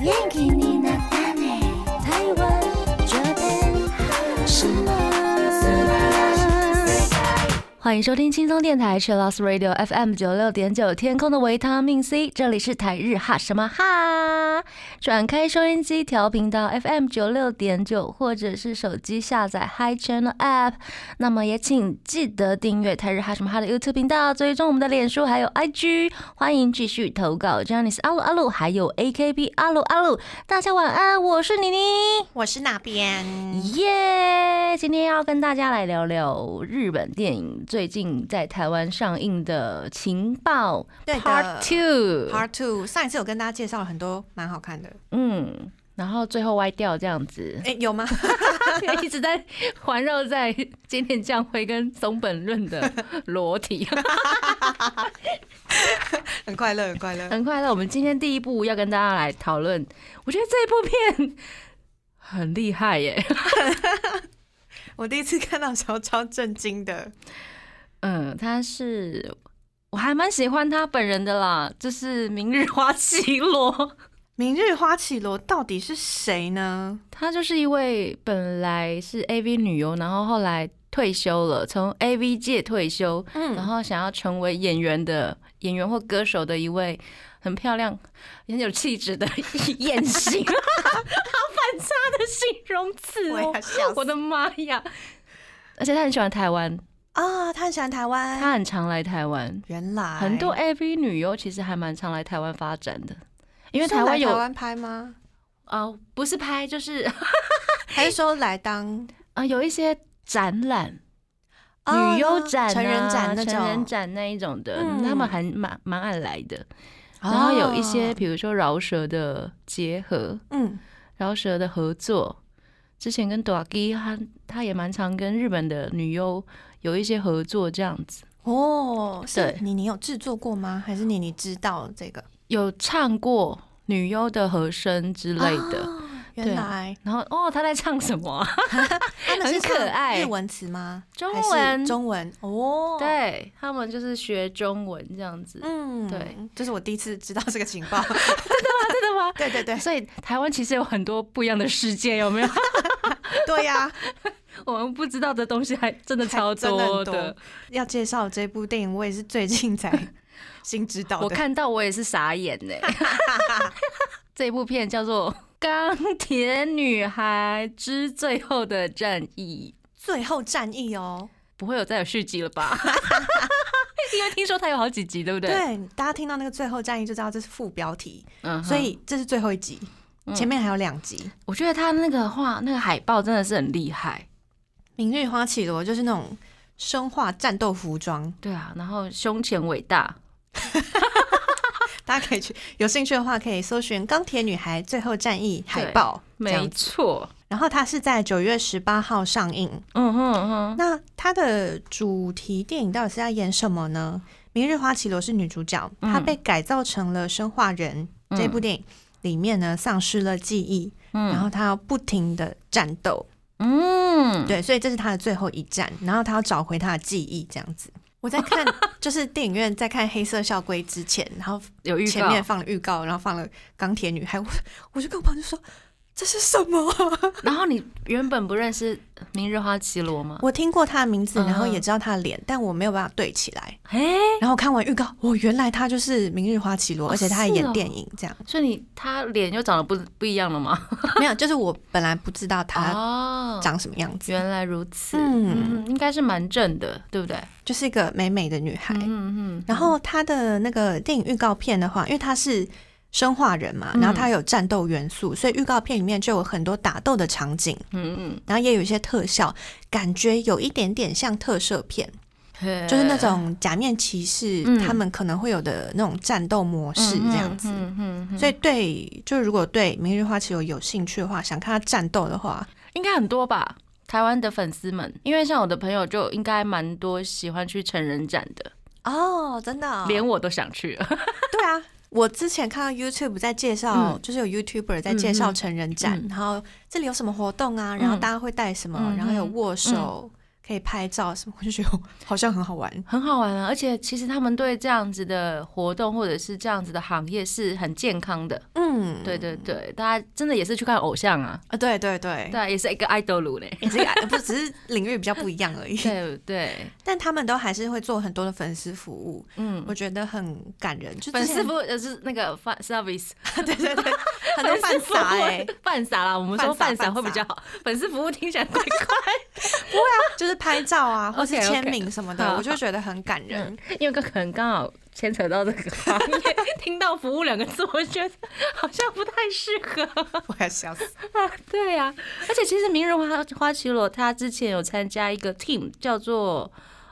元気になったね台湾这边什么欢迎收听轻松电台 c h i l l o s Radio FM 九六点九，天空的维他命 C，这里是台日哈什么哈。转开收音机，调频到 FM 九六点九，或者是手机下载 Hi Channel App。那么也请记得订阅台日哈什么哈的 YouTube 频道，追踪我们的脸书还有 IG。欢迎继续投稿 j a n i c e 阿鲁阿鲁，还有 AKB 阿鲁阿鲁。大家晚安，我是妮妮。我是哪边？耶今天要跟大家来聊聊日本电影最近在台湾上映的《情报对的 Part Two》。 Part Two，上一次有跟大家介绍了很多蛮好看的，，嗯，然后最后歪掉这样子 哎、有吗？一直在环绕在金田将辉跟松本润的裸 体。很快乐，很 快乐。很快乐，我们今天第一部要跟大家来讨论，我觉得这一部片很厉害 耶。我第一次看到小超震惊的，嗯，他是。我还蛮喜欢他本人的啦，就是《明日花绮罗》。明日花绮罗到底是谁呢？她就是一位本来是 AV 女优，然后后来退休了，从 AV 界退休，嗯然后想要成为演员的演员或歌手的一位很漂亮、很有气质的 艳星，好反差的形容词我哦要！笑我死的妈呀！而且她很喜欢台湾，啊！他很喜欢台湾，她很常来台湾，原来很多 AV 女优其实还蛮常来台湾发展的，因为是要台湾来有台湾拍吗？呃不是拍就是 啊、还是说来当呃有一些展览。啊 女优展、啊、成人展那种？成人展那一种的，嗯他们还蛮蛮爱来的。哦，然后有一些，比如说饶舌的结合，啊嗯，饶舌的合作，之前跟 d o g 他他也蛮常跟日本的女优有一些合作，这样子哦，是对你你有制作过吗？还是你你知道这个有唱过女优的和声之类的。啊对原来然后哦，他在唱什么啊、他们是很可唱爱日文词吗？中还是文中文 哦，，对他们就是学中文这样子，嗯对，这是我第一次知道这个情 报，真的吗？ 对对对所以台湾其实有很多不一样的世界，有没有？对 呀、我们不知道的东西还真的超还真的多很的多。要介绍这部电影，我也是最近才新知道的。我看到我也是傻眼呢、 这部片叫做《钢铁女孩之最后的战役》，最后战役哦，不会有再有续集了 吧？因为听说它有好几集，对不对？对，大家听到那个最后战役就知道这是副标题，嗯哼嗯所以这是最后一集，前面还有两集。我觉得它那个画、那个海报真的是很厉害。明日花绮罗就是那种生化战斗服装，对啊，然后胸前伟大，大家可以去有兴趣的话可以搜寻《钢铁女孩最后战役》海报，这样没子。错。然后它是在九月十八号上映，嗯哼嗯哼，那它的主题电影到底是在演什么呢？《明日花绮罗》是女主角，嗯她被改造成了生化人。嗯这部电影里面呢，丧失了记忆，然嗯后她要不停的战斗，嗯，对，所以这是她的最后一战，然后她要找回她的记忆，这样子。我在 看，就是电影院在看《黑色校规》之前，然后有预前告。面放了预告，然后放了《钢铁女孩》，我我就跟我朋友说这是什么啊？然后你原本不认识《明日花绮罗》吗？我听过她的名字，然后啊嗯也知道她的脸，但我没有办法对起来。哎、然后看完预告，我原来他就是《明日花绮罗》，哦而且他还是演哦电影，这样、所以你他脸又长得不不一样了吗？没有，就是我本来不知道他 哦，长什么样子，原来如此，嗯，嗯，应该是蛮正的，对不对？就是一个美美的女孩。嗯嗯，然后她的那个电影预告片的话，因为她是生化人嘛，嗯然后她有战斗元素，所以预告片里面就有很多打斗的场景，嗯然后也有一些特效，感觉有一点点像特摄片，嗯，就是那种假面骑士嗯他们可能会有的那种战斗模式这样子。嗯嗯嗯，所以对，就如果对《明日花绮罗》有兴趣的话，想看她战斗的话，应该很多吧。台湾的粉丝们，因为像我的朋友就应该蛮多喜欢去成人展的，哦，真的、哦连我都想去 了。对啊。我之前看到 YouTube 在介绍，嗯就是有 YouTuber 在介嗯绍嗯成人展，嗯然后这里有什么活动啊，然后大家会带什么，嗯然后有握手，可以拍照什么， 我就觉得好像很好玩。很好玩啊！而且其实他们对这样子的活动或者是这样子的行业是很健康的。嗯，对对对，大家真的也是去看偶像啊，啊，对对对，对啊，也是一个爱豆鲁嘞。也是一个不只是领域比较不一样而已。对对，但他们都还是会做很多的粉丝服务，嗯，我觉得很感人。就粉之丝前服务就是那个 fan service， 对对对，很多犯傻哎、欸， 犯傻啦，我们说犯犯傻傻会比犯傻较好，粉丝服务听起来怪怪，就是拍照啊，或是 OK，OK 签名什么的，好我就觉得很感人。嗯因为可能刚好牵扯到这个行业， 听到服务两个字，我觉得好像不太适合。 我要笑死。啊对呀、而且其实明日花花绮罗她之前有参加一个 team 叫做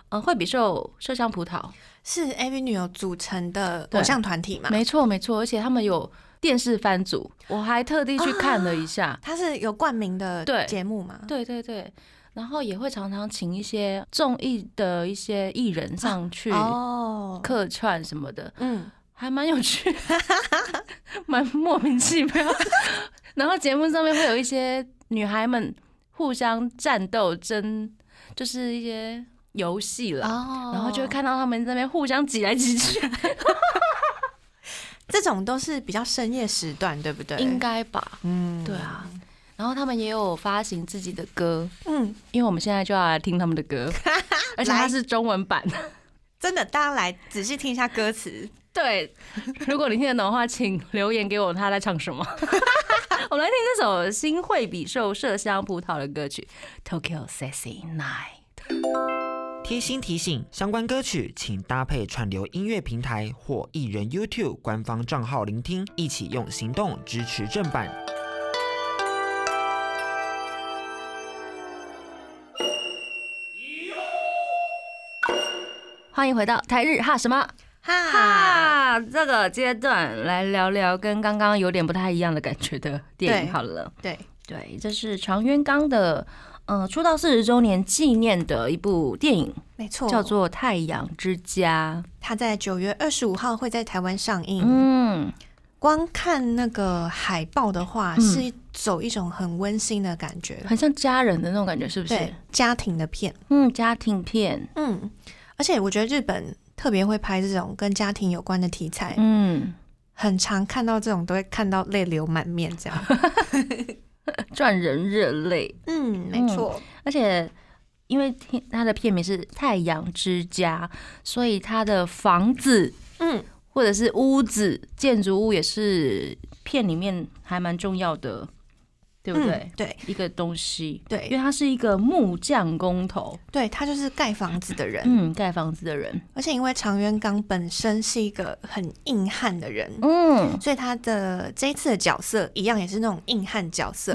呃惠比寿麝香葡萄，是 AV 女友组成的对偶像团体嘛？没错没错，而且他们有电视番组，我还特地去看了一下，它是有冠名的对节目嘛？ 对对对，然后也会常常请一些综艺的一些艺人上去哦，客串什么的，嗯，还蛮有趣 的，蛮莫名其妙。 然后节目上面会有一些女孩们互相战斗争，就是一些游戏啦。哦然后就会看到他们在那边互相挤来挤去，这种都是比较深夜时段，对不 对？应，该吧？嗯，对，啊。然后他们也有发行自己的歌，嗯，因为我们现在就要来听他们的 歌，而且它来是中文版。真的，大家来仔细听一下歌词。对，如果你听得懂的话，请留言给我他在唱什么。我们来听这首新惠比寿麝香葡萄的歌曲《Tokyo Sexy Night》。贴心提醒：相关歌曲请搭配串流音乐平台或艺人 YouTube 官方账号聆听，一起用行动支持正版。欢迎回到台日哈什么哈，哈？这个阶段来聊聊跟刚刚有点不太一样的感觉的电影对好了。对，对，这是长渊刚的呃出道四十周年纪念的一部电影，没错，叫做《太阳之家》。它在九月二十五号会在台湾上映。嗯，光看那个海报的话，嗯是走一种很温馨的感觉，很像家人的那种感觉，是不是对？家庭的片。嗯，家庭片。嗯，而且我觉得日本特别会拍这种跟家庭有关的题材，嗯，很常看到这种都会看到泪流满面这样。 赚人热泪，嗯，没错。而且因为听它的片名是《太阳之家》，所以它的房子嗯，或者是屋子、建筑物也是片里面还蛮重要的，对不对嗯？对一个东西，因为对他是一个木匠工头，对，他就是盖房子的人，嗯，盖房子的人，而且因为长渊刚本身是一个很硬汉的人，嗯，所以他的这一次的角色一样也是那种硬汉角色。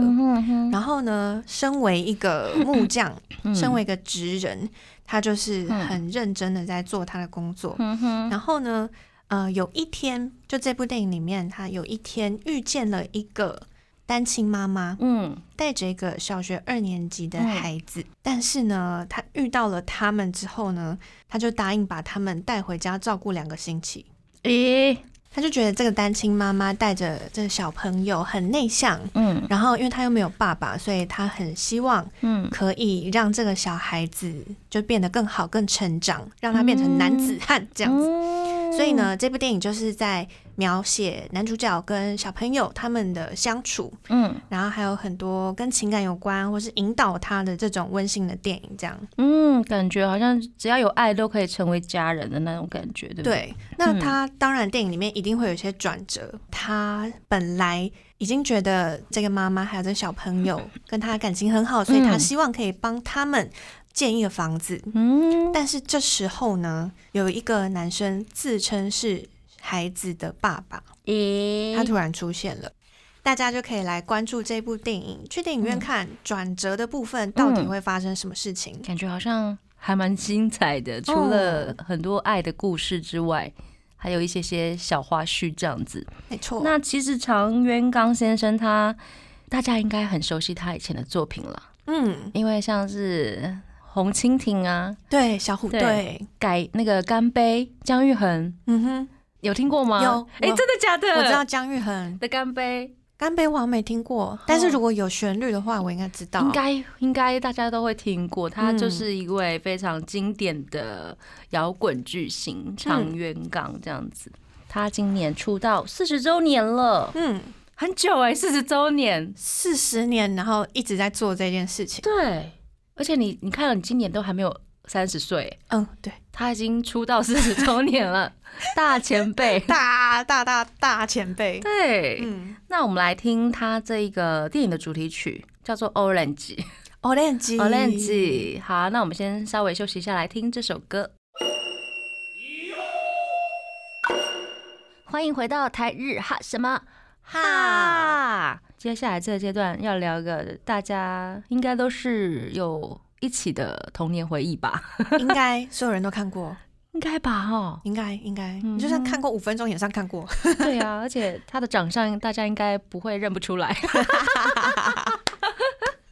然后呢，身为一个木匠，身为一个职人，他就是很认真的在做他的工作。嗯哼，然后呢，呃，有一天，就这部电影里面，他有一天遇见了一个单亲妈妈，嗯带着一个小学二年级的孩子。但是呢，他遇到了他们之后呢，他就答应把他们带回家照顾两个星期。咦、他就觉得这个单亲妈妈带着这个小朋友很内向，嗯然后因为他又没有爸爸，所以他很希望嗯，可以让这个小孩子就变得更好、更成长，让他变成男子汉这这样子。子所以，呢，这部电影就是在描写男主角跟小朋友他们的相处，嗯然后还有很多跟情感有关或是引导他的这种温馨的电影。这样嗯，感觉好像只要有爱都可以成为家人的那种感觉，对不对？对，那他当然电影里面一定会有一些转折。他本来已经觉得这个妈妈还有这个小朋友跟他感情很好，所以他嗯希望可以帮他们建一个房子。嗯，但是这时候呢，有一个男生自称是孩子的爸爸，咦、他突然出现了，大家就可以来关注这部电影，去电影院看转折的部分到底会发生什么事情。感觉好像还蛮精彩哦的，除了很多爱的故事之外，还有一些些小花絮这样子。没错，那其实长渊刚先生他，大家应该很熟悉他以前的作品了，嗯，因为像是《红蜻蜓》啊，对，小虎对队，改那个干杯，姜育恒嗯哼， 有听过吗？有哎、我真的假的？我知道姜育恒的干杯，甘北我好像没听过，但是如果有旋律的话，我应该知道。哦应该应该大家都会听过，他就嗯是一位非常经典的摇滚巨星长渊港这样子。他今年出道四十周年了，嗯，很久哎、4四十周年。四十年，然后一直在做这件事情。对，而且你你看了，你今年都还没有三十岁，嗯，对，他已经出道四十周年 了，大前辈。大大大大前辈。对，嗯那我们来听他这一个电影的主题曲，叫做《Orange》。 ，Orange Orange，好，那我们先稍微休息一下，来听这首歌。欢迎回到台日哈什么哈？接下来这个阶段要聊一个大家应该都是有一起的童年回忆吧？应该所有人都看过，，应该吧？哦应该应该，嗯你就算看过五分钟也算看过。对啊，而且他的长相大家应该不会认不出来。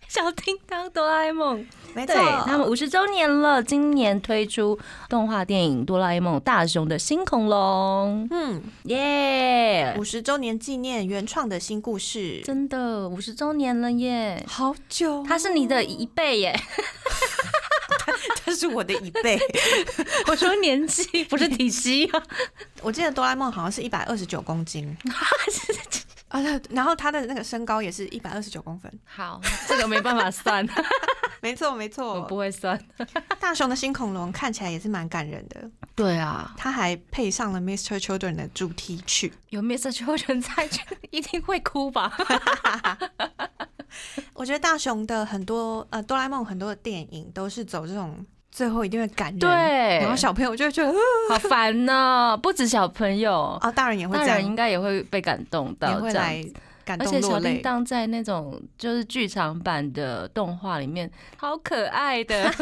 小叮当哆啦 A 梦。没对他们五十周年了，今年推出动画电影《哆啦 A 梦大雄的新恐龙》，嗯，耶、五十周年纪念原创的新故事，真的五十周年了耶！好久哦， 他是你的一倍耶，他是我的一倍。 我说年纪 不是体积、啊，我记得哆啦 A 梦好像是一百二十九公斤，嗯啊，对然后他的那个身高也是一百二十九公分。好，这个没办法 算，没错没我错，不会算。大雄的新恐龙看起来也是蛮感人的，对啊，他还配上了 Mr. Children 的主题曲。有 Mr. Children 在，就一定会哭吧？我觉得大雄的很多呃哆啦 A 梦很多的电影都是走这种最后一定会感人，对哦然后小朋友就会觉得呃好烦呢、不止小朋友，啊，大人也会大这人应样，该也会被感动也到，会这样来感而动且落小叮泪。当在那种就是剧场版的动画里面，好可爱 的，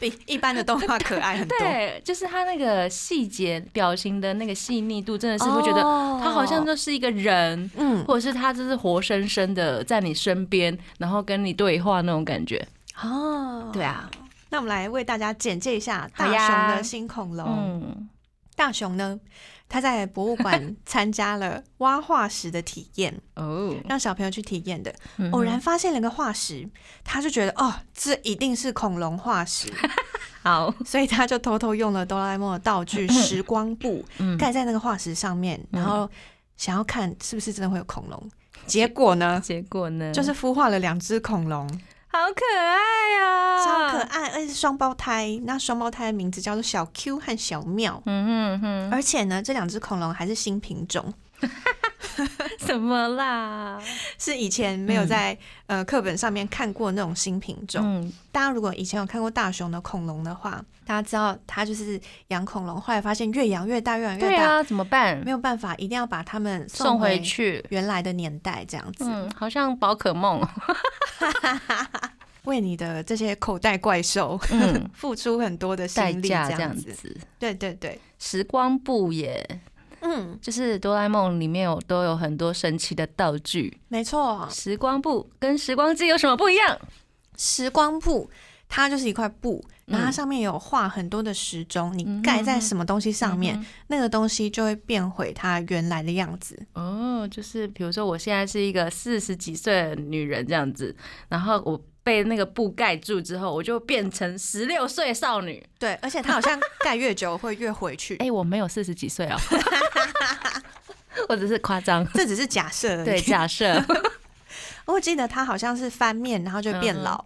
比一般的动画可爱很 多，对，就是他那个细节、表情的那个细腻度，真的是会觉得哦他好像就是一个人，嗯或者是他就是活生生的在你身边，然后跟你对话那种感觉。哦，对。啊，那我们来为大家简介一下大好呀雄的新恐龙。嗯，大雄呢，他在博物馆参加了挖化石的体验，哦，让小朋友去体验的。嗯偶然发现了一个化石，他就觉得哦，这一定是恐龙 化石，嗯好，所以他就偷偷用了哆啦 A 梦的 道具时光布嗯，盖在那个化石上面，嗯然后想要看是不是真的会有恐龙。结果呢，结果呢，就是孵化了两只恐龙，好可爱啊，超可，爱，而且是双胞胎。那双胞胎的名字叫做小 Q 和小妙。嗯 哼而且呢，这两只恐龙还是新品种，哼，什么啦？是以前没有在、呃课本上面看过那种新品种。嗯，大家如果以前有看过大雄的恐龙的话，大家知道它就是养恐龙，后来发现越养越大，越养越对大，啊，怎么办？没有办法，一定要把它们送回回去，原来的年代这样子。嗯，好像宝可 梦。为你的这些口袋怪兽、嗯 付出很多的代心力，价这样样子。子。对对对，时光布耶，嗯，就是哆啦 A 梦里面有都有很多神奇的道具，没错，时光布跟时光机有什么不一样？时光布。它就是一块布，然后它嗯上面有画很多的时钟，嗯你哼嗯盖在哼什么东西上面，那个东西就会变回它原来的样子。嗯哼哦，就是比如说我现在是一个四十几岁的女人这样子，然后我被那个布盖住之后，我就变成十六岁少女。对，而且它好像盖越久会越回 去，哎、我没有四十几 岁哦，我只是夸张。 这只是假设而已。哦对，假 设我记得它好像是翻面，然后就变嗯老。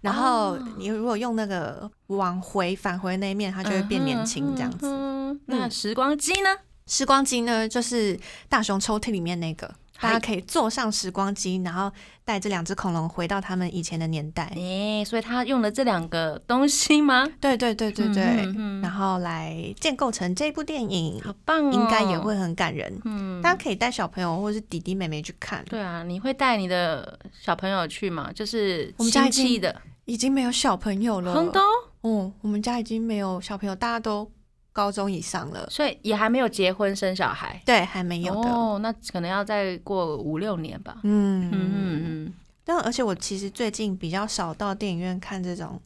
然后哦你如果用那个往回返回那一面，它就会变年轻这样子。嗯哼那时光机呢？时光机呢，就是大熊抽屉里面那个，大嗨家可以坐上时光机，然后带这两只恐龙回到他们以前的年代。哎、所以他用了这两个东西吗？对对对对对，嗯嗯嗯然后来建构成这部电 影，好棒哦！应该也，会很感人。嗯，大家可以带小朋友或是弟弟妹妹去看。对啊，你会带你的小朋友去吗？就是我们家亲已经戚的，已经没有小朋友了，红豆，嗯，我们家已经没有小朋友，大家都高中以上了，所以也还没有结婚生小孩。对，还没有的。哦，那可能要再过五六年吧。嗯嗯嗯嗯，但而且我其实最近比较少到电影院看这种，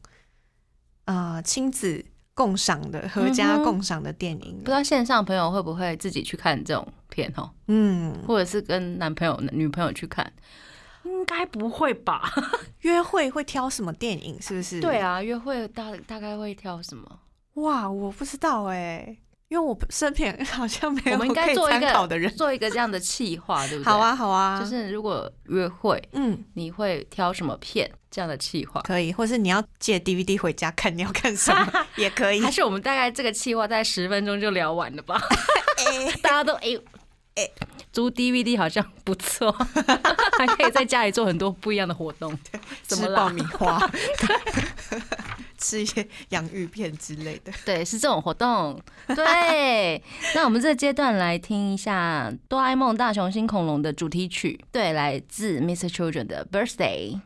呃，亲子共赏的、合家嗯哼共赏的电影不知了。道线上朋友会不会自己去看这种片哦，嗯，或者是跟男朋友、女朋友去看，应该不会吧？约会会挑什么电影？是不 是？对，啊，约会大大概会挑什么？哇，我不知道哎、因为我身边好像 没我有们应可该以做一参考的个人。做一个这样的企划，对不对？好啊，，好啊，就是如果约会，嗯，你会挑什么片这样的企划？可以，或是你要借 DVD 回家看，你要看什 么也可以还。是我们大概这个企划在十分钟就聊完了吧？ 大家都哎哎，租 DVD 好像不错， 还可以在家里做很多不一样的活 动。怎么吃啦爆米 花，吃一些洋芋片之类的。对，是这种活动。对，那我们这个阶段来听一下《哆啦 A 梦大雄新恐龙》的主题曲，对，来自 Mr. Children 的 Birthday。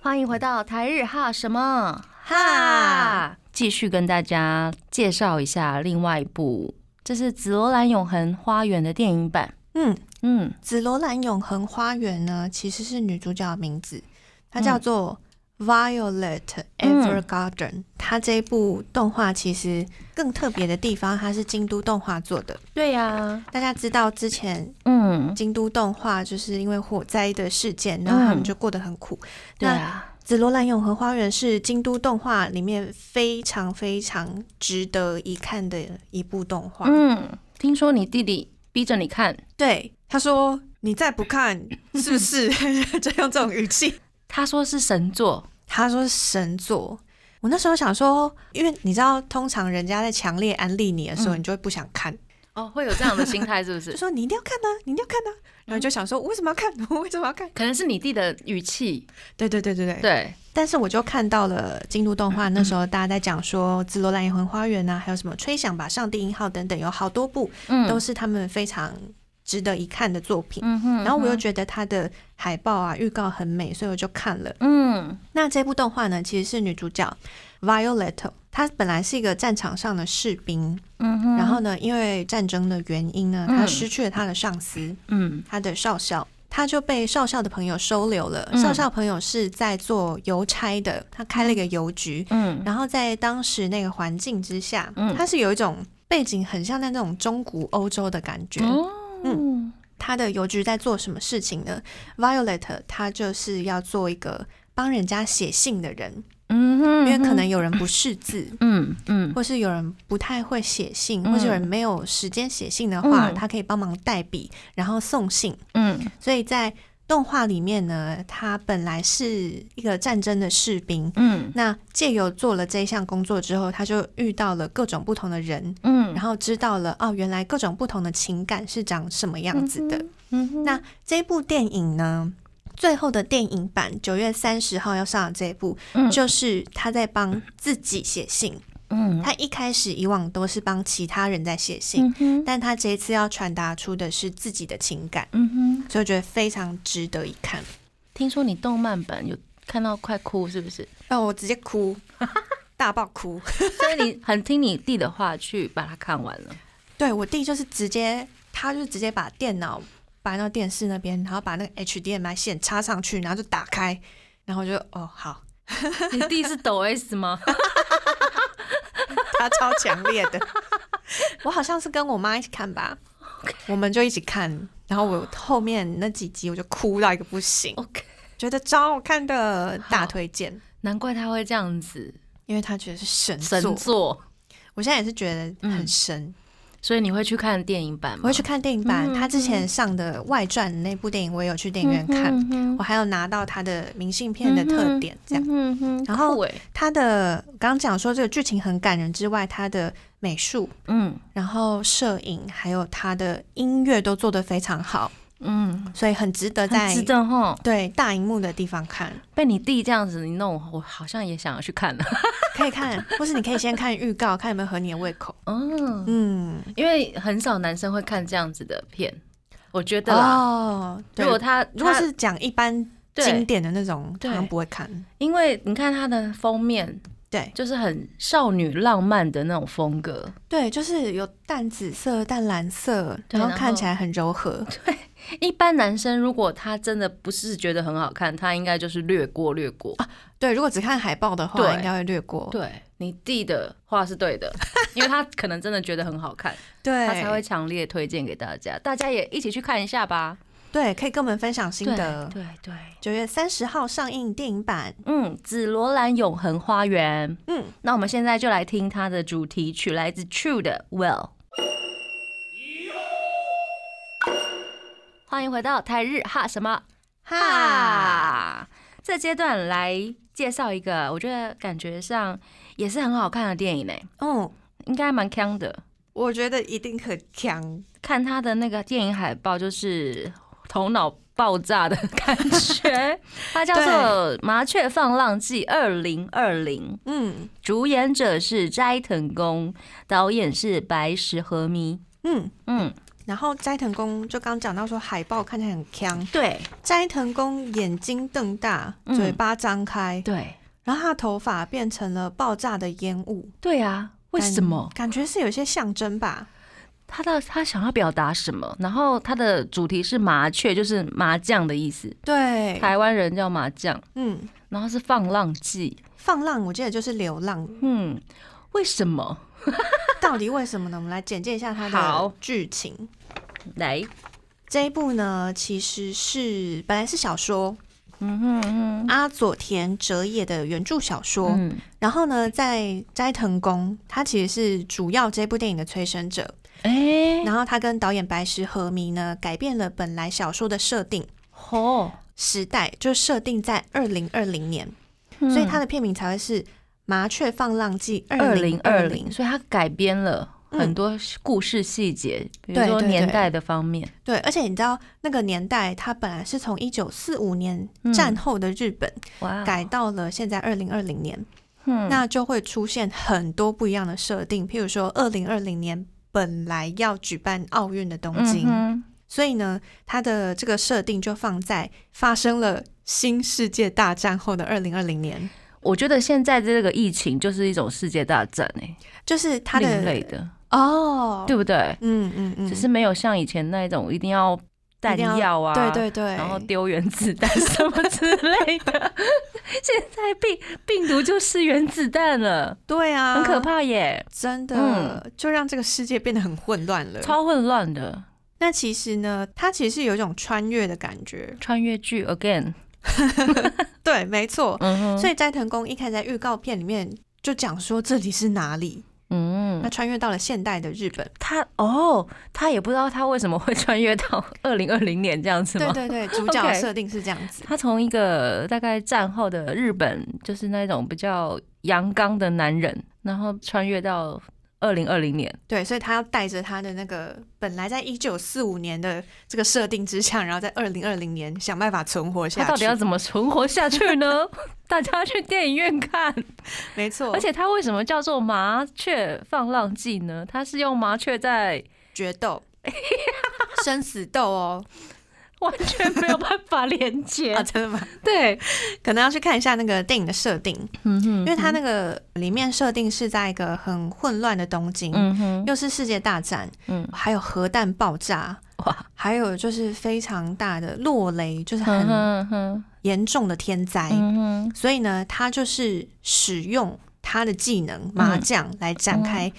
欢迎回到台日哈什么哈，继续跟大家介绍一下另外一部，这是《紫罗兰永恒花园》的电影版。嗯，嗯，紫罗兰永恒花园呢，其实是女主角的名字，它叫做 Violet 嗯 Evergarden、它这一部动画其实更特别的地方，它是京都动画做的。对呀、大家知道之前嗯，京都动画就是因为火灾的事件，然后他们就过得很苦。对那啊，紫罗兰永恒花园是京都动画里面非常非常值得一看的一部动画。嗯，听说你弟弟逼着你看，对，他说你再 不看，是不是 就用这种语气？他说是神作，他说是神作。我那时候想说，因为你知道，通常人家在强烈安利你的时候，嗯你就会不想看，哦，会有这样的心态是不？就是说你一定要看啊呐、你一定要看呐、嗯然后就想说，我为什么要看？我为什么要看？可能是你弟的语气，对对对对对。对，但是我就看到了京都 动画，那时候大家在讲说《紫罗兰永恒花园》呐，还有什么《吹响吧上帝音号》等等，有好多部嗯都是他们非常值得一看的作品。嗯哼然后我又觉得它的海报啊、预告很美，所以我就看了。嗯那这部动画呢，其实是女主角 Violet，她本来是一个战场上的士兵，嗯哼，然后呢，因为战争的原因呢，她嗯失去了她的上司，嗯她的少校。她就被少校的朋友收留了。嗯少校朋友是在做邮差的，他开了一个邮局。嗯然后在当时那个环境之下，嗯他是有一种背景很像在那种中古欧洲的感觉。嗯他的邮局在做什么事情呢？Violet 他就是要做一个帮人家写信的人，嗯哼，因为可能有人不识字，嗯嗯或是有人不太会写信，嗯或是有人没有时间写信的话，嗯他可以帮忙代笔，然后送信。嗯所以在动画里面呢，他本来是一个战争的士兵。嗯那借由做了这一项工作之后，他就遇到了各种不同的人，嗯然后知道了哦，原来各种不同的情感是长什么样子的。嗯那这部电影呢，最后的电影版九月三十号要上的这一部，嗯就是他在帮自己写信。嗯他一开始以往都是帮其他人在写信，哼但他这一次要传达出的是自己的情感，嗯哼，所以我觉得非常值得一看。听说你动漫版有看到快哭是不是？让哦我直接 哭，大爆哭。所以你很听你弟的话去把它看完了，对我弟就是直接，他就是直接把电脑搬到电视那边，然后把那个 HDMI 线插上去，然后就打开，然后就哦好，你弟是抖 S 吗？他超强烈的。我好像是跟我妈一起看吧我们就一起看，然后我后面那几集我就哭到一个不行 OK 觉得超好看的，好大推荐，难怪他会这样子因为他觉得是神作。神作，嗯我现在也是觉得很神，所以你会去看电影版吗？我会去看电影版，嗯他之前上的外传那部电影我也有去电影院看，嗯哼我还有拿到他的明信片的特点，这样。嗯哼，然后酷欸他的刚刚讲说这个剧情很感人之外，他的美术嗯然后摄影还有他的音乐都做得非常好，嗯，所以很值得在很值得哈。对大荧幕的地方看，被你弟这样子你弄，我好像也想要去看了。啊 可以看，或是你可以先看预告，看有没有合你的胃口。嗯，嗯，因为很少男生会看这样子的片，我觉得啦。哦，对如果他如果他是讲一般对经典的那种，对好像不会看。因为你看他的封面，对就是很少女浪漫的那种风格，对，就是有淡紫色、淡蓝色，对然后然看后起来很柔和。一般男生如果他真的不是觉得很好看，他应该就是略过略过。对，如果只看海报的话，对应该会略过。对你弟的话是对 的，因为他可能真的觉得很好看，对，他才会强烈推荐给大家，大家也一起去看一下吧。对，可以跟我们分享心得。对对，九月三十号上映电影版，嗯，《紫罗兰永恒花园》。嗯，那我们现在就来听它的主题曲，来自 True 的《Well》。欢迎回到台日哈什么哈，哈？这阶段来介绍一个，我觉得感觉上也是很好看的电影呢，嗯，应该蛮强的。我觉得一定很强，看他的那个电影海报，就是头脑爆炸的感觉。它叫做《麻雀放浪记二零二零》。嗯主演者是斋藤工，导演是白石和弥。嗯。嗯，然后斋藤工就刚讲到说海报看起来很强，对斋藤工眼睛瞪大，嗯嘴巴张开，对然后他的头发变成了爆炸的烟雾，对啊！为感什么感觉是有一些象征吧？他的他想要表达什么？然后他的主题是麻雀，就是麻将的意思，对，台湾人叫麻将，嗯，然后是放浪记。放浪我记得就是流浪，嗯，为什么？ 到底为什么呢？我们来简介一下它的好剧情。来，这一部呢，其实是本来是小说，嗯哼嗯阿佐田哲也的原著小说。嗯，然后呢，在斋藤工，他其实是主要这部电影的催生者。哎、然后他跟导演白石和弥呢，改变了本来小说的设定吼，时代，就设定在二零二零年，所以他的的片名才会是《麻雀放浪记二二零零嗯二二零零，》。所以他改编了嗯很多故事细节，比如对说对年对代的方面。对，而且你知道那个年代，它本来是从一九四五年嗯战后的日本、哇，哦改到了现在二零二零年。嗯那就会出现很多不一样的设定，譬如说，二零二零年本来要举办奥运的东京，嗯哼所以呢，它的这个设定就放在发生了新世界大战后的二零二零年，我觉得现在这个疫情就是一种世界大战哎、就是它另类的的，哦，对不对？嗯嗯嗯，只是没有像以前那一种一定要弹药啊，对对对，然后丢原子弹什么之类 的。现在病病毒就是原子弹了，对啊，很可，怕耶，真的、嗯就让这个世界变得很混乱了。超混乱的那其实呢，它其实有一种穿越的感觉，穿越剧 again。对，没错。嗯哼，所以斋藤工一开始在预告片里面就讲说这里是哪里，那嗯，穿越到了现代的日本。他哦，他也不知道他为什么会穿越到二零二零年这样子吗对？对对，主角 OK 设定是这样子。他从一个大概战后的日本，就是那种比较阳刚的男人，然后穿越到二零二零年，对，所以他要带着他的那个本来在一九四五年的这个设定之下，然后在二零二零年想办法存活下他去。到底要怎么存活下去 呢？大家去电影院看。没错，而且他为什么叫做《麻雀放浪记》呢？他是用麻雀在决斗、 生死斗 哦。完全没有办法连接 啊，。真的吗？对，可能要去看一下那个电影的设定，嗯哼，因因为它那个里面设定是在一个很混乱的东京，嗯哼，又是世界大战，嗯还有核弹爆炸，哇，还有就是非常大的落雷，就是嗯很哼哼，严重的天灾。嗯哼，所以呢，他就是使用他的技能嗯麻将来展开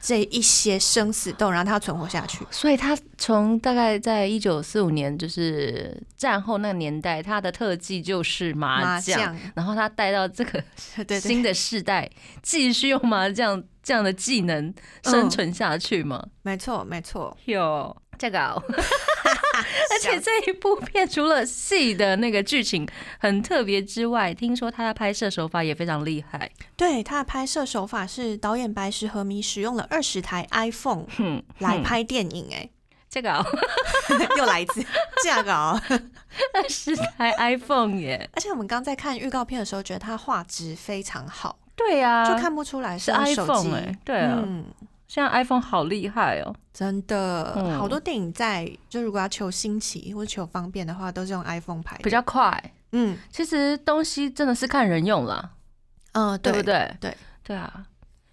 这一些生死斗，然后他要存活下去。所以他从大概在一九四五年，就是战后那个年代，他的特技就是麻麻将，将， 然后他带到这个对对新的世代，继续用麻将这样的技能嗯生存下去吗？没错没错。有这个哦、而且这一部片除了戏的那个剧情很特别之外，听说他的拍摄手法也非常厉害。对他的拍摄手法是导演白石和弥使用了二十台 iPhone 哼，来哼拍电影、这个哦 哎、 又来一次这个哦。二十台 iPhone 耶，而且我们刚在看预告片的时候，觉得他画质非常好，对呀、就看不出来啊是用手 iPhone 机。哎、对啊。嗯，现在 iPhone 好厉害哦！真的，嗯好多电影在就如果要求新奇或求方便的话，都是用 iPhone 拍的，比较快。嗯其实东西真的是看人用啦，嗯，对不？对？对对啊，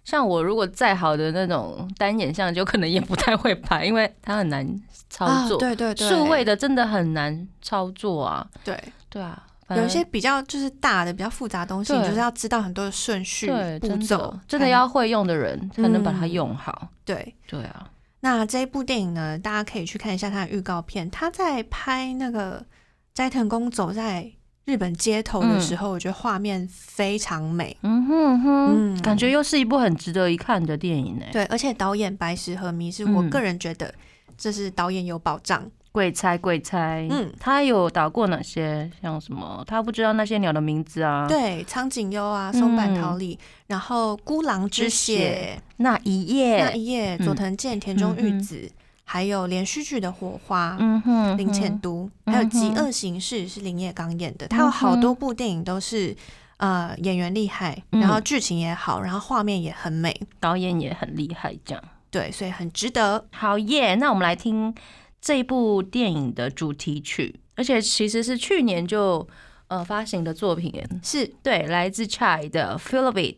像我如果再好的那种单眼相机，我可能也不太会拍，因为它很难操作。啊对对对，数位的真的很难操作啊。对，对啊，反有一正些比较就是大的、比较复杂的东西，对你就是要知道很多的顺序对步真骤的，真的才要会用的人才能把它嗯用好。对。对啊，那这一部电影呢，大家可以去看一下它的预告片。他在拍那个斋藤工走在日本街头的时候，我觉得画面非常美。嗯哼哼，嗯感觉又是一部很值得一看的电影呢。对，而且导演白石和弥是我嗯个人觉得这是导演有保障。鬼猜鬼猜，嗯他有导过哪些？像什么？他不知道那些鸟的名字啊。，对，苍井优啊，松坂嗯桃李，然后孤狼之之血血、那一夜，那一夜、佐嗯藤健、田中裕嗯哼子，还有连续剧的火花。嗯哼，林浅哼，都，嗯还有《嗯极哼恶形式》是林业刚演的，他有好多部电影都是呃演员厉害，嗯然后剧情也好，然后画面也很美，导演也很厉害，这样。对，所以很值得。好耶！那我们来听这部电影的主题曲，而且其实是去年就呃发行的作品耶，是对，来自 Chai 的《Feel of It》。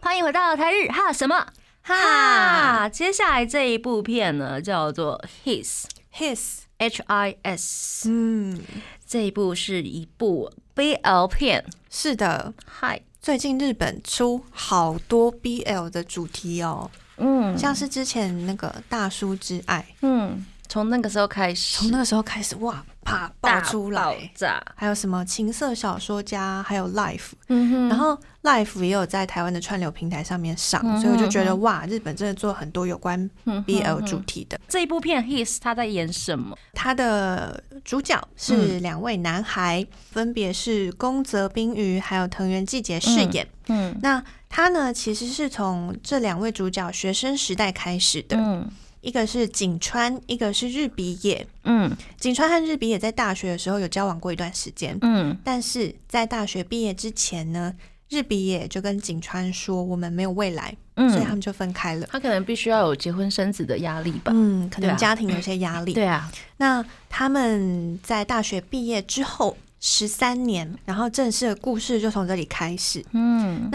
欢迎回到台日哈什么哈哈？接下来这一部片呢，叫做《His》 ，His， H I S。嗯，这一部是一部 BL 片，是的，嗨，最近日本出好多 BL 的主题哦，嗯像是之前那个《大叔之爱嗯，从那个时候开》，从始，那个时候开始，哇，啪爆大出爆来。炸，还有什么情色小说家，还有 Life，嗯哼然后 Life 也有在台湾的串流平台上面上，嗯哼嗯所以我就觉得哇，日本真的做很多有关 BL 主题的。这一部片 His 他在演什么？它的主角嗯是两位男孩，分别是宫泽冰鱼还有藤原季节饰演。嗯那他呢，其实是从这两位主角学生时代开始的，嗯一个是井川，一个是日比野。嗯井川和日比野在大学的时候有交往过一段时间，嗯但是在大学毕业之前呢，日比野就跟井川说：“我们没有未来。”所以他嗯，们就分开了。他可能必须要有结婚生子的压力吧？嗯，可对啊能家庭有 些压力。对啊，那他们在大学毕业之后十三年，然后正式的故事就从这里开始。嗯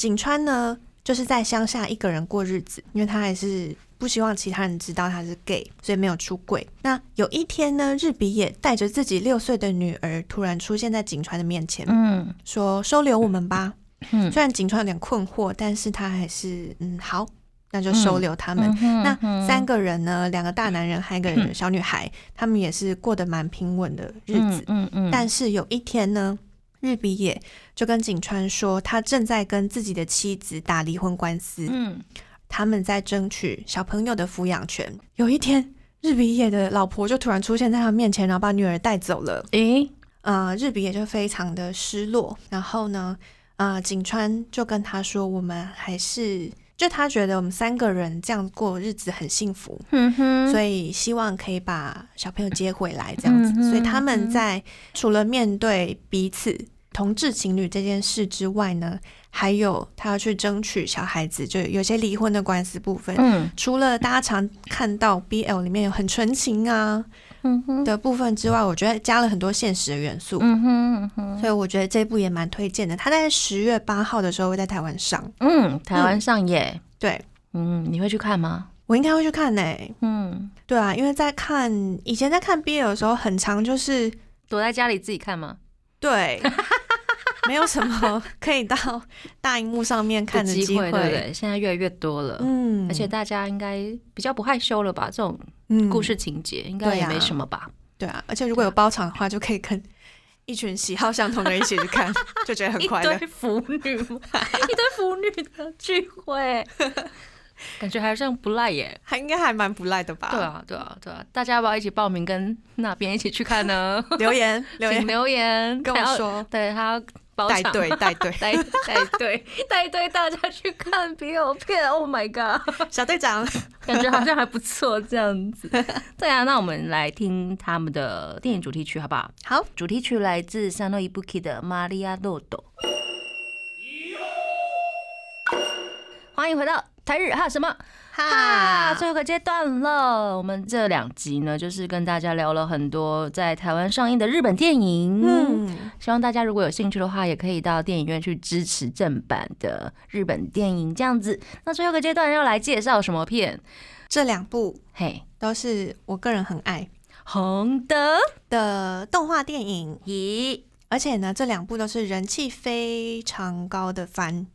井川呢，就是在乡下一个人过日子，因为他还是不希望其他人知道他是 gay，所以没有出柜。那有一天呢，日比野带着自己六岁的女儿突然出现在井川的面前，嗯说：“收留我们吧。”嗯虽然井川有点困惑，但是他还是嗯好，那就收留他们。嗯哼嗯那三个人呢，两个大男人，还有一个小女孩，他们也是过得蛮平稳的日子。嗯嗯，但是有一天呢，日比野就跟井川说，他正在跟自己的妻子打离婚官司，嗯他们在争取小朋友的抚养权。有一天，日比野的老婆就突然出现在他面前，然后把女儿带走了。诶，呃，日比野就非常的失落。然后呢，呃，井川就跟他说，我们还是就他觉得我们三个人这样过日子很幸福，嗯哼所以希望可以把小朋友接回来这样子。嗯哼所以他们在除了面对彼此同志情侣这件事之外呢，还有他要去争取小孩子，就有些离婚的官司部分。嗯除了大家常看到 BL 里面有很纯情啊嗯哼的部分之外，我觉得加了很多现实的元素，嗯哼嗯哼所以我觉得这部也蛮推荐的。它在十月八号的时候会在台湾上，嗯，台湾上耶，对嗯，你会去看吗？我应该会去看呢、嗯，对啊，因为在看以前在看 BL 的时候，很常就是躲在家里自己看吗？对， 没有什 么可以到大荧幕上面看的机机会，对不对？现在越来越多了，嗯，而且大家应该比较不害羞了吧？这种嗯故事情节应该对也啊没什么吧？对啊，而且如果有包场的话，就可以跟一群喜好相同的人一起去看，就觉得 很一快乐。堆腐女嘛，一堆腐女的聚 会，感觉还像不赖耶。还应该还蛮不赖的吧？对啊，对啊，对啊！大家要不要一起报名跟那边一起去看呢？留言留请言留言跟他我要说，对他要包带场，，队带队带带队 带队大家去看别有片，Oh my god！小队长，感觉好像还不错这样 子。对啊，那我们来听他们的电影主题曲好不好？好，主题曲来自山诺伊布基的《玛利亚豆豆》。欢迎回到台日哈什么 哈，哈，最后一个阶段了。我们这两集呢，就是跟大家聊了很多在台湾上映的日本电影。嗯，嗯，希望大家如果有兴趣的话，也可以到电影院去支持正版的日本电影。这样子，那最后一个阶段要来介绍什么片？这两部嘿，都是我个人很爱红的的动画电影，咦，而且呢，这两部都是人气非常高的番。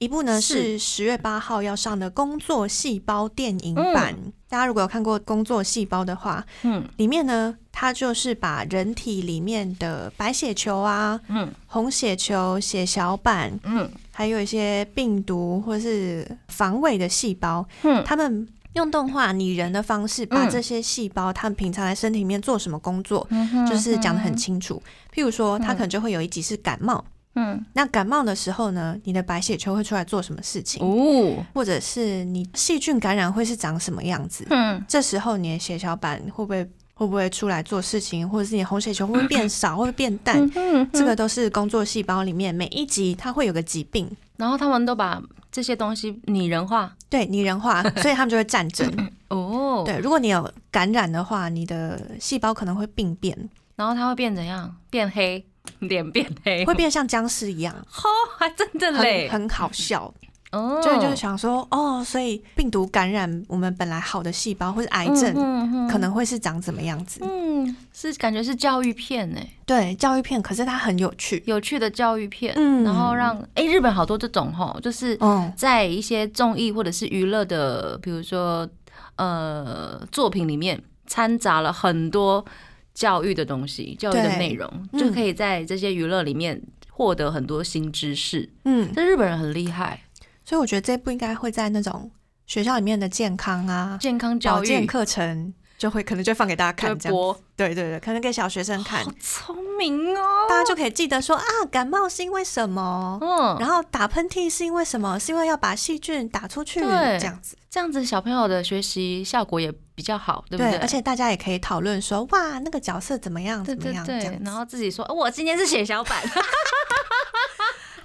一部呢是是十月八号要上的《工作细胞》电影版，大家如果有看过《工作细胞》的话，嗯里面呢，它就是把人体里面的白血球啊、嗯红血球、血小板，嗯还有一些病毒或是防卫的细胞，嗯他们用动画拟人的方式，把嗯这些细胞它们平常在身体里面做什么工作，嗯哼，就是讲得很清楚。譬如说，它可能就会有一集是感冒，嗯那感冒的时候呢，你的白血球会出来做什么事情，哦，或者是你细菌感染会是长什么样子，嗯这时候你的血小板会不会会不会出来做事情，或者是你的红血球会不会变少，会不会变淡？嗯，这个都是工作细胞里面每一集它会有个疾病，然后他们都把这些东西拟人化对拟人 化，所以他们就会战争。哦，，对，如果你有感染的话，你的细胞可能会病变，然后它会变怎样？变黑， 脸变黑， 哦会变像僵尸一样，还真的嘞很，很好笑。哦，所以就是想说，哦，所以病毒感染我们本来好的细胞或是癌症，嗯可能会是长怎么样子？嗯是感觉是教育片哎，对，教育片，可是它很有趣。有趣的教育片，嗯然后让哎日本好多这种吼，就是哦，在一些综艺或者是娱乐的，比如说呃作品里面掺杂了很多教育的东西，教育的对内容，嗯就可以在这些娱乐里面获得很多新知识。嗯，这日本人很厉害，所以我觉得这部应该会在那种学校里面的健康啊、健康教保育健课程就会可能就放给大家就会看，这样播子。对对对，可能给小学生看好，聪明哦，大家就可以记得说啊，感冒是因为什么，嗯，然后打喷嚏是因为什么？是因为要把细菌打出去，对这样子。这样子小朋友的学习效果也比较好，对不对？而且大家也可以讨论说，哇，那个角色怎么样，对怎么对样？这样对子，然后自己说，哦我今天是血小 板，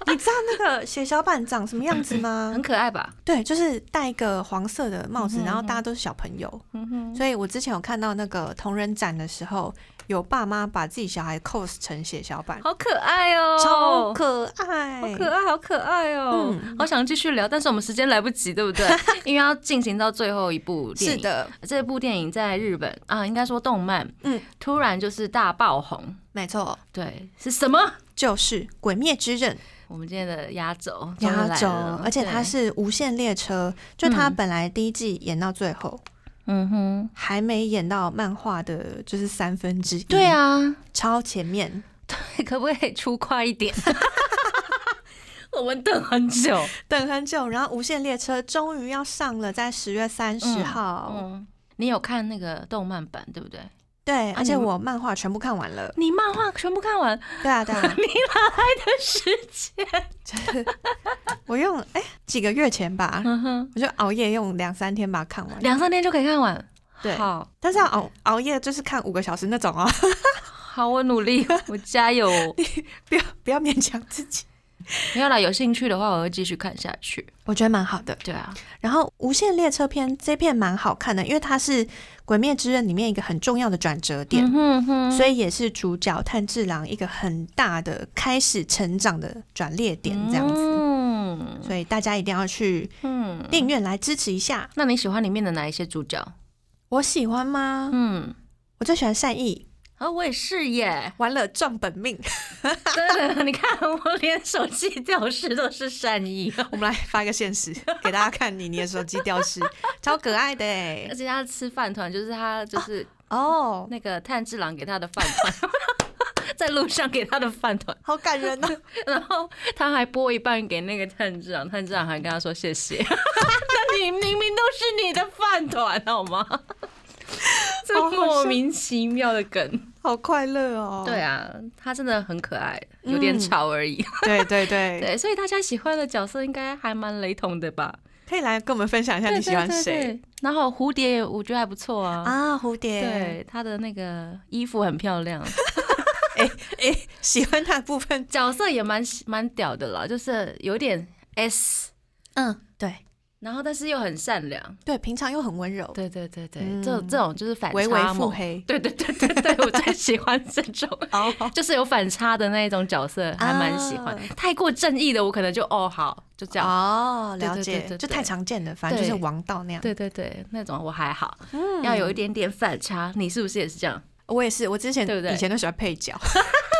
你知道那个血小板长什么样子吗 很？可爱吧？对，就是戴一个黄色的帽子，然后大家都是小朋友。嗯哼，所以我之前有看到那个同人展的时候，有爸妈把自己小孩 cos 成血小板，好可爱哦，超可爱，嗯好可爱，好可爱哦！好想继续聊，但是我们时间来不及，对不 对？因为要进行到最后一部电影。是，的，这部电影在日本啊，应该说动漫，嗯，突然就是大爆红。没错，对，是什么？就是《鬼灭之刃》。我们今天的压轴，终于压来轴了，而且它，是无限列车，就它嗯本来第一季演到最后，对嗯哼，还没演到漫画的，就是三分之一，对，啊，超前面， 可不可以出快一 点？我们等很久，等很久，然后无限列车终于要上了，在十月三十号，嗯，你有看那个动漫版对不对？对，啊而且你我漫画全部看完了， 你漫画全部看 完，对啊，对 啊，时间，我用哎、几个月前吧，嗯哼，我就熬夜用两三天把它看完，两三天就可以看完。对好，但是要熬熬夜就是看五个小时那种哦， 好，我努 力，我加油。不要不要勉强自己，没有啦，有兴趣的话，我会继续看下去。我觉得蛮好的。对啊，然后《无限列车篇》这片蛮好看的，因为它是《鬼灭之刃》里面一个很重要的转折点，嗯哼哼所以也是主角炭治郎一个很大的开始成长的转捩点，这样子。嗯所以大家一定要去嗯，电影院来支持一下。那你喜欢里面的哪一些主角？我喜欢吗？嗯，我最喜欢善意。，啊，我也是耶完了撞本命， 真的， 你看我连手机吊饰都是善意， 我们来发一个现实给大家看你，你的手机吊饰，超可爱的哎而且他吃饭团就是他就是哦，那个炭治郎给他的饭团。 在路上给他的饭团，好感人哦。然后他还拨一半给那个炭治郎，炭治郎还跟他说谢谢。 那你明明都是你的饭团，好吗？ 这好好笑莫名其妙的梗。 好快乐哦！对啊，他真的很可爱，有点吵而已。对对对，对，所以大家喜欢的角色应该还蛮雷同的吧？可以来跟我们分享一下你喜欢对对谁？对对然后蝴蝶，我觉得还不错啊。啊，蝴蝶，对，他的那个衣服很漂亮，哎、喜欢它的部分，角色也蛮蛮屌的啦，就是有点 S。嗯，对，然后但是又很善良，对，平常又很温柔，对对对对，嗯这种这种就是反微微差腹萌。黑。对对对对对，我最喜欢这种， 哦，就是有反差的那一种角色，还蛮喜欢。啊太过正义的，我可能就哦好，就这样。哦，对了对对解对，对就太常见了，反正就是王道那样。对对对，那种我还好，嗯要有一点点反差。你是不是也是这 样？我也是，我之前对不对以前都喜欢配 角，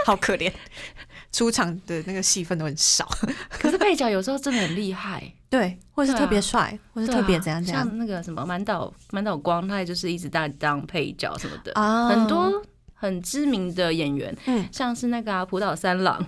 好可怜， 出场的那个戏份都很少。可是配角有时候真的很厉 害，对，或是对啊特别帅，或是对特啊别怎样怎样像那个什么满岛满岛光，他也就是一直在当配角什么的，啊很多很知名的演员，嗯像是那个啊浦岛三郎，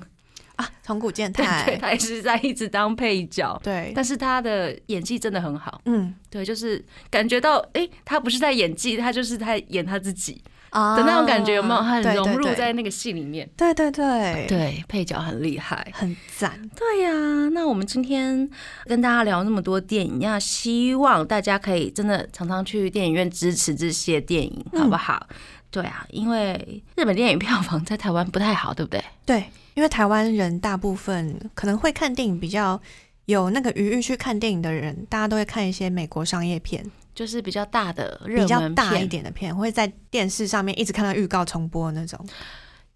啊，从古见对对，太，他也是在一直当配角。对，但是他的演技真的很好，嗯对，就是感觉到，哎、他不是在演技，他就是在演他自己啊的那种感觉，有没有？他对很对融入哦对在那个戏里面。对对对，对，配角很厉害。很赞。对呀、那我们今天跟大家聊那么多电影，那希望大家可以真的常常去电影院支持这些电影，好嗯不好？对啊，因为日本电影票房在台湾不太好，对不对？对，因为台湾人大部分可能会看电影比较。有那个余裕去看电影的人，大家都会看一些美国商业片，就是比较大的热比较门大一片，点的片，会在电视上面一直看到预告重播那种。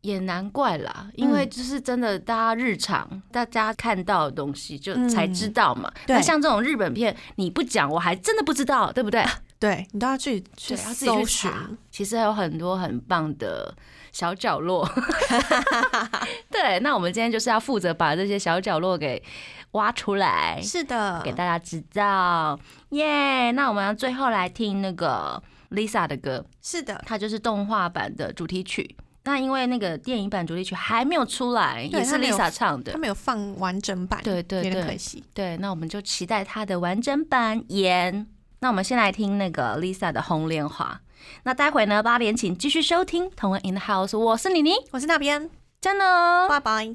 也难怪啦，因嗯为就是真的，大家日常、大家看到的东西就嗯才知道嘛。对那像这种日本片，你不讲我还真的不知道，对不对？对你都要去对，去要自己去搜寻，查。其实还有很多很棒的小角 落。对，那我们今天就是要负责把这些小角落给挖出来，是的给大家知道。耶、那我们要最后来听那个 Lisa 的歌，是的，它就是动画版的主题曲。那因为那个电影版主题曲还没有出来，对也是它没有 Lisa 唱的他。没有放完整版，对对有点对可惜。对，那我们就期待它的完整版演。那我们先来听那个 Lisa 的《红莲华》。那待会呢，八点请继续收听《同文 in the house》，我是妮妮，我是那边，真的哦。拜拜。